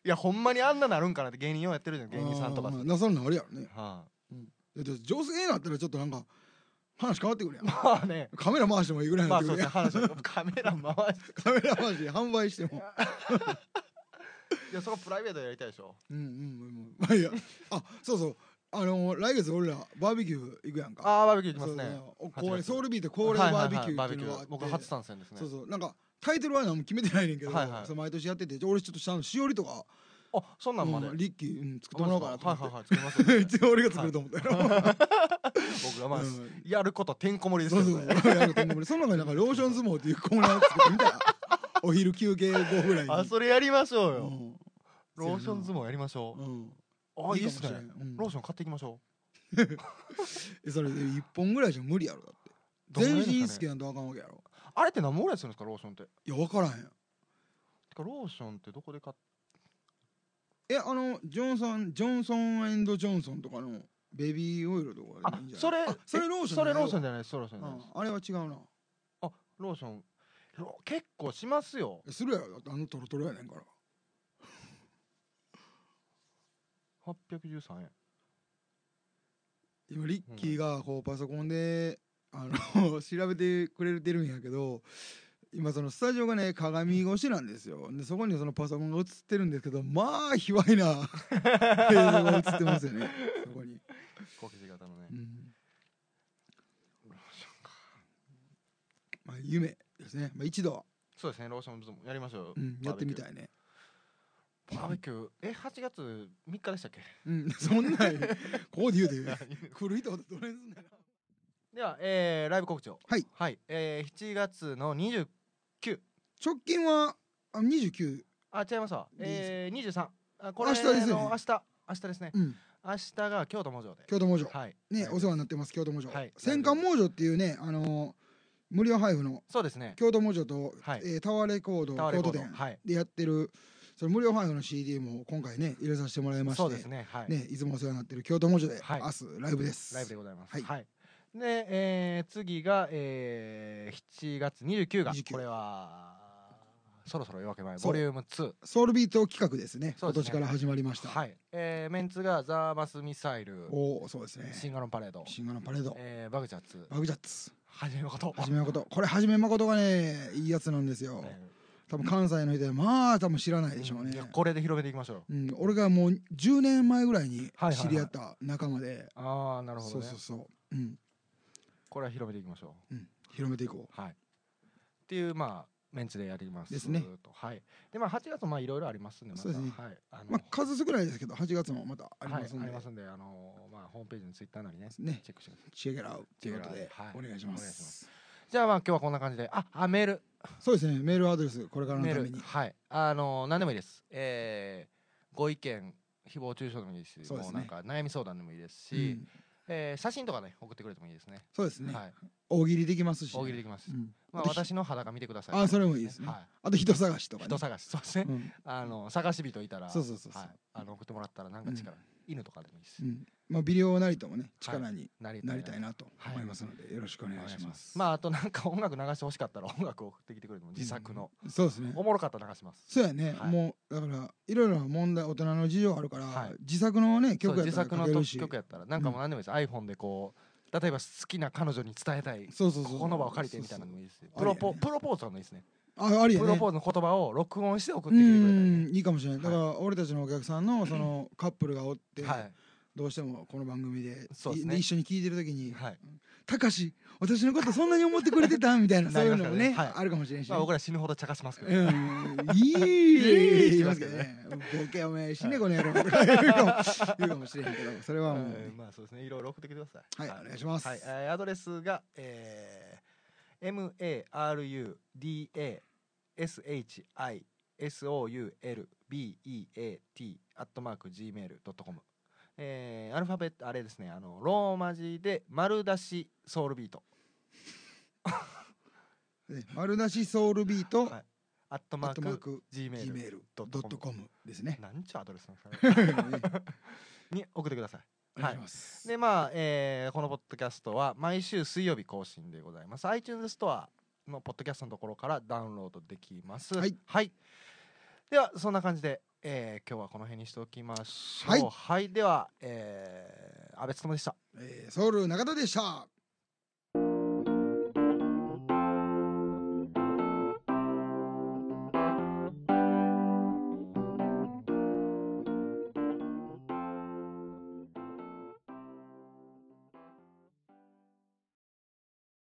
Speaker 1: いやほんまにあんななるんかなって芸人ようやってるじゃん
Speaker 2: う
Speaker 1: 芸人さんとか
Speaker 2: あ
Speaker 1: さ
Speaker 2: ーまあそんなんあれやろね
Speaker 1: は
Speaker 2: だって女性だったらちょっとなんか話変わってくるや
Speaker 1: い
Speaker 2: ん
Speaker 1: まあね
Speaker 2: カメラ回してもいいぐらいに
Speaker 1: ま
Speaker 2: なっ
Speaker 1: あ
Speaker 2: て
Speaker 1: そ
Speaker 2: く
Speaker 1: うですね
Speaker 2: るやん
Speaker 1: 話をカメラ回して
Speaker 2: カメラ回して販売しても
Speaker 1: いやそこプライベートでやりたいでしょ
Speaker 2: うんうんうんまあいいやあそうそうあのー来月俺らバーベキュー行くやんか
Speaker 1: ああバーベキュー行き
Speaker 2: そ
Speaker 1: ま
Speaker 2: うそ
Speaker 1: す
Speaker 2: う
Speaker 1: ね
Speaker 2: お
Speaker 1: 八
Speaker 2: 恒例
Speaker 1: 月
Speaker 2: ソウルビート恒例バーベキュー
Speaker 1: は
Speaker 2: っ
Speaker 1: いはいはいバー
Speaker 2: て
Speaker 1: ベキ
Speaker 2: い
Speaker 1: ュ
Speaker 2: うのが
Speaker 1: ー
Speaker 2: あって
Speaker 1: 僕初参戦ですね
Speaker 2: そうそうなんかタイトルは何も決めてないねんけど、
Speaker 1: はいはい
Speaker 2: そう毎年やってて俺ちょっとあのしおりとか
Speaker 1: あそんなんまで、
Speaker 2: うんリッキー、うん、作ってもらおうかなと思って、
Speaker 1: はいはいはい作りますよ
Speaker 2: 一応俺が作ると思ったよ、
Speaker 1: 僕がまあ、
Speaker 2: うん
Speaker 1: やることてんこ盛りで
Speaker 2: そう
Speaker 1: す
Speaker 2: そ
Speaker 1: けど
Speaker 2: うそう
Speaker 1: ね
Speaker 2: やると思う俺その中になんかローション相撲っていうコーナーを作ってみ たらお昼休憩後ぐらいに
Speaker 1: あそれやりましょう
Speaker 2: う
Speaker 1: よ、
Speaker 2: ん
Speaker 1: ローション相撲やりましょう、
Speaker 2: うん
Speaker 1: あい
Speaker 2: い
Speaker 1: い
Speaker 2: い
Speaker 1: っ
Speaker 2: っ
Speaker 1: す
Speaker 2: す
Speaker 1: ね
Speaker 2: ねうん
Speaker 1: ローション買っていきましょ
Speaker 2: えそれで一本ぐらいじゃ無理やろだって
Speaker 1: うどんぐら
Speaker 2: 全
Speaker 1: いですかね
Speaker 2: 身好きなんとあかんわけやろ
Speaker 1: あれって何本ぐらいするんですかローションってて
Speaker 2: いや分からへん
Speaker 1: かローションってどこで買っ
Speaker 2: えあのジョンソンジョンソンエンドジョンソンとかのベビーオイルとかで
Speaker 1: あ
Speaker 2: もいいんじゃ
Speaker 1: そ
Speaker 2: な
Speaker 1: れ
Speaker 2: いあそれローション
Speaker 1: それローション
Speaker 2: ン
Speaker 1: じゃないですそれローションじゃないです、
Speaker 2: あれは違うな
Speaker 1: ローションロ結構しますよ
Speaker 2: えするやろだってあのトロトロやねんから
Speaker 1: 813円
Speaker 2: 今リッキーがこうパソコンであの 調べてくれてるんやけど今そのスタジオがね鏡越しなんですよでそこにそのパソコンが映ってるんですけどまあ卑猥な映像が映ってますよねそこに、
Speaker 1: 小生地型のね
Speaker 2: うん、まあ夢ですね、まあ、一度は、
Speaker 1: そうですねローションもやりましょうよ、
Speaker 2: うん、やってみた
Speaker 1: い
Speaker 2: いね
Speaker 1: バーベキューえ8月3日でしたっけ
Speaker 2: うんそん なんここで言 うて来る人ほどどれすんねん
Speaker 1: では、えーライブ告知を
Speaker 2: はい、
Speaker 1: えー7月の20
Speaker 2: 直近はあ29
Speaker 1: あ違いますわえー、23あこれ
Speaker 2: 明日ですよね
Speaker 1: の明日明日ですね
Speaker 2: うん
Speaker 1: 明日が京都文城で
Speaker 2: 京都文書
Speaker 1: はい
Speaker 2: ね
Speaker 1: ライブ
Speaker 2: お世話になってます京都文書
Speaker 1: はい
Speaker 2: 戦艦文書っていうねあのー無料配布の
Speaker 1: そうですね
Speaker 2: 京都文書と、
Speaker 1: はい
Speaker 2: えータワーレコード
Speaker 1: タワーレ
Speaker 2: 京
Speaker 1: コ
Speaker 2: 都
Speaker 1: ード
Speaker 2: 店
Speaker 1: はい
Speaker 2: でやってるその無料配布の CD も今回ね入れさせてもらいまして
Speaker 1: そうですねはい
Speaker 2: ねいつもお世話になってる京都文書で、
Speaker 1: はい
Speaker 2: 明日ライブです
Speaker 1: ライブでございます。は。
Speaker 2: はいい
Speaker 1: で、えー次が、えー7月29が、
Speaker 2: 29
Speaker 1: これは、そろそろ夜明け前、
Speaker 2: そ
Speaker 1: ボ
Speaker 2: う
Speaker 1: リューム2。
Speaker 2: ソウルビート企画ですね
Speaker 1: そうで
Speaker 2: 今
Speaker 1: すね
Speaker 2: 年から始まりました、
Speaker 1: はい。えーメンツが、ザーマスミサイル、
Speaker 2: おおそうですね
Speaker 1: シンガロンパレード、
Speaker 2: シンガのパレード、
Speaker 1: えーバグジャッツ、
Speaker 2: バグジャッツ
Speaker 1: はじめこと。
Speaker 2: はじめ誠これはじめ誠がねいいやつなんですよ
Speaker 1: ね
Speaker 2: 多分関西の人はまあ多分知らないでしょうね、
Speaker 1: うんいやこれで広めていきましょうよ。
Speaker 2: うん、俺がもう10年前ぐらいに
Speaker 1: はいはいはい
Speaker 2: 知り合った仲間で、
Speaker 1: ああ、なるほど
Speaker 2: そう
Speaker 1: ね
Speaker 2: そう。そう、うん
Speaker 1: これは広めていきましょ
Speaker 2: うん、広めていこ
Speaker 1: う。はい。っていう、まあ、メンツでやります。
Speaker 2: ですね
Speaker 1: と。はい。で、まあ、8月もまあいろいろありますんで、また、
Speaker 2: そうですね
Speaker 1: はい。あの
Speaker 2: うまあ数少ないですけど8月もまたありますん
Speaker 1: はい、あ
Speaker 2: で、
Speaker 1: りますんで、あのーまあ、ホームページのツイッターなりね、
Speaker 2: ね
Speaker 1: チェックしてください。
Speaker 2: チェケラウということで、
Speaker 1: チェケラウ
Speaker 2: お
Speaker 1: ではい
Speaker 2: 願いしま
Speaker 1: お願いしますじゃあまあ今日はこんな感じで、あ、あメール、
Speaker 2: そうですねメールアドレスこれからの
Speaker 1: メ
Speaker 2: た
Speaker 1: ー
Speaker 2: め
Speaker 1: ル、
Speaker 2: に
Speaker 1: はい、あのー何でもいいです。えー、ご意見、誹謗中傷でもいいし、
Speaker 2: そうです
Speaker 1: もうなん
Speaker 2: ね
Speaker 1: か悩み相談でもいいですし、
Speaker 2: うん
Speaker 1: えー写真とかね送ってくれてもいいですね。
Speaker 2: そうですね、
Speaker 1: はい、
Speaker 2: 大喜利できますし、
Speaker 1: 大喜利できます。
Speaker 2: うん
Speaker 1: まあ
Speaker 2: あと
Speaker 1: 私の裸見てください。
Speaker 2: あそれもいいですね、
Speaker 1: は
Speaker 2: あと人探しと
Speaker 1: い。
Speaker 2: かね
Speaker 1: 人探し、そうですね。
Speaker 2: うん
Speaker 1: あの探し人いたら、
Speaker 2: そうそうそうそう
Speaker 1: はい、あの送ってもらったらなんか力、犬とかでもいいです
Speaker 2: う。んまあ微量なりともね力に
Speaker 1: なり
Speaker 2: なりたい
Speaker 1: な。
Speaker 2: なと思いますので、よろしくお願いします
Speaker 1: まああとなんか音楽流してほしかったら音楽送ってきてくれても自作の、
Speaker 2: あそうですね
Speaker 1: おもろかったら流します。
Speaker 2: そうやね、
Speaker 1: はい
Speaker 2: もうだからいろいろな問題大人の事情あるから、
Speaker 1: はい
Speaker 2: 自作のね曲
Speaker 1: そう
Speaker 2: やっ
Speaker 1: 自
Speaker 2: たら
Speaker 1: 作
Speaker 2: 書
Speaker 1: の
Speaker 2: ける
Speaker 1: 特
Speaker 2: し
Speaker 1: 曲やったらなんかもう何でもいいです、iPhone でこう例えば好きな彼女に伝えたい
Speaker 2: そうそうそう
Speaker 1: ここの場を借りてみたいなのもいいですし
Speaker 2: そう
Speaker 1: プロポ
Speaker 2: ありやね
Speaker 1: プロポーズのもいいですね
Speaker 2: あありや
Speaker 1: プ
Speaker 2: ね
Speaker 1: ロポーズの言葉を録音して送っ
Speaker 2: う
Speaker 1: てきてくれたりね
Speaker 2: んいいかもしれないだから俺たちのお客さんのそのカップルがおって、
Speaker 1: はい
Speaker 2: どうしてもこの番組で
Speaker 1: そうです
Speaker 2: い
Speaker 1: ね
Speaker 2: 一緒に聴いてる時に
Speaker 1: はい
Speaker 2: 「たかし私のことそんなに思ってくれてた?」みたいなそういうのも
Speaker 1: な
Speaker 2: ね
Speaker 1: りますからねはい
Speaker 2: あるかもしれんし、
Speaker 1: まあ僕ら死ぬほど茶化しますけど、
Speaker 2: うん、いい
Speaker 1: いい
Speaker 2: 言いますけどね「ボケおめえ死ねこの野郎」とか言うかも言うかもしれへんけどそれはもう、
Speaker 1: うんまあそうですねいろいろ送ってきてください
Speaker 2: はいお願いします
Speaker 1: はい、えーアドレスがえー MARUDASHISOULBEAT アットマーク Gmail.com えー、アルファベットあれですねあのローマ字で丸出しソウルビート
Speaker 2: ね丸出しソウルビート、
Speaker 1: はいアット
Speaker 2: ア
Speaker 1: マ
Speaker 2: ットマ
Speaker 1: ーク
Speaker 2: ーク
Speaker 1: gmail.com
Speaker 2: gmail.com ですね。
Speaker 1: なんちゅうアドレスなんです
Speaker 2: お
Speaker 1: かね
Speaker 2: 願
Speaker 1: に送ってください
Speaker 2: いします
Speaker 1: でまあ、えーこのポッドキャストは毎週水曜日更新でございます iTunes ストアのポッドキャストのところからダウンロードできます
Speaker 2: はい、
Speaker 1: ではそんな感じで、えー今日はこの辺にしておきましょう
Speaker 2: はい
Speaker 1: では、えー、安倍勤でした
Speaker 2: えーソウル中田でした。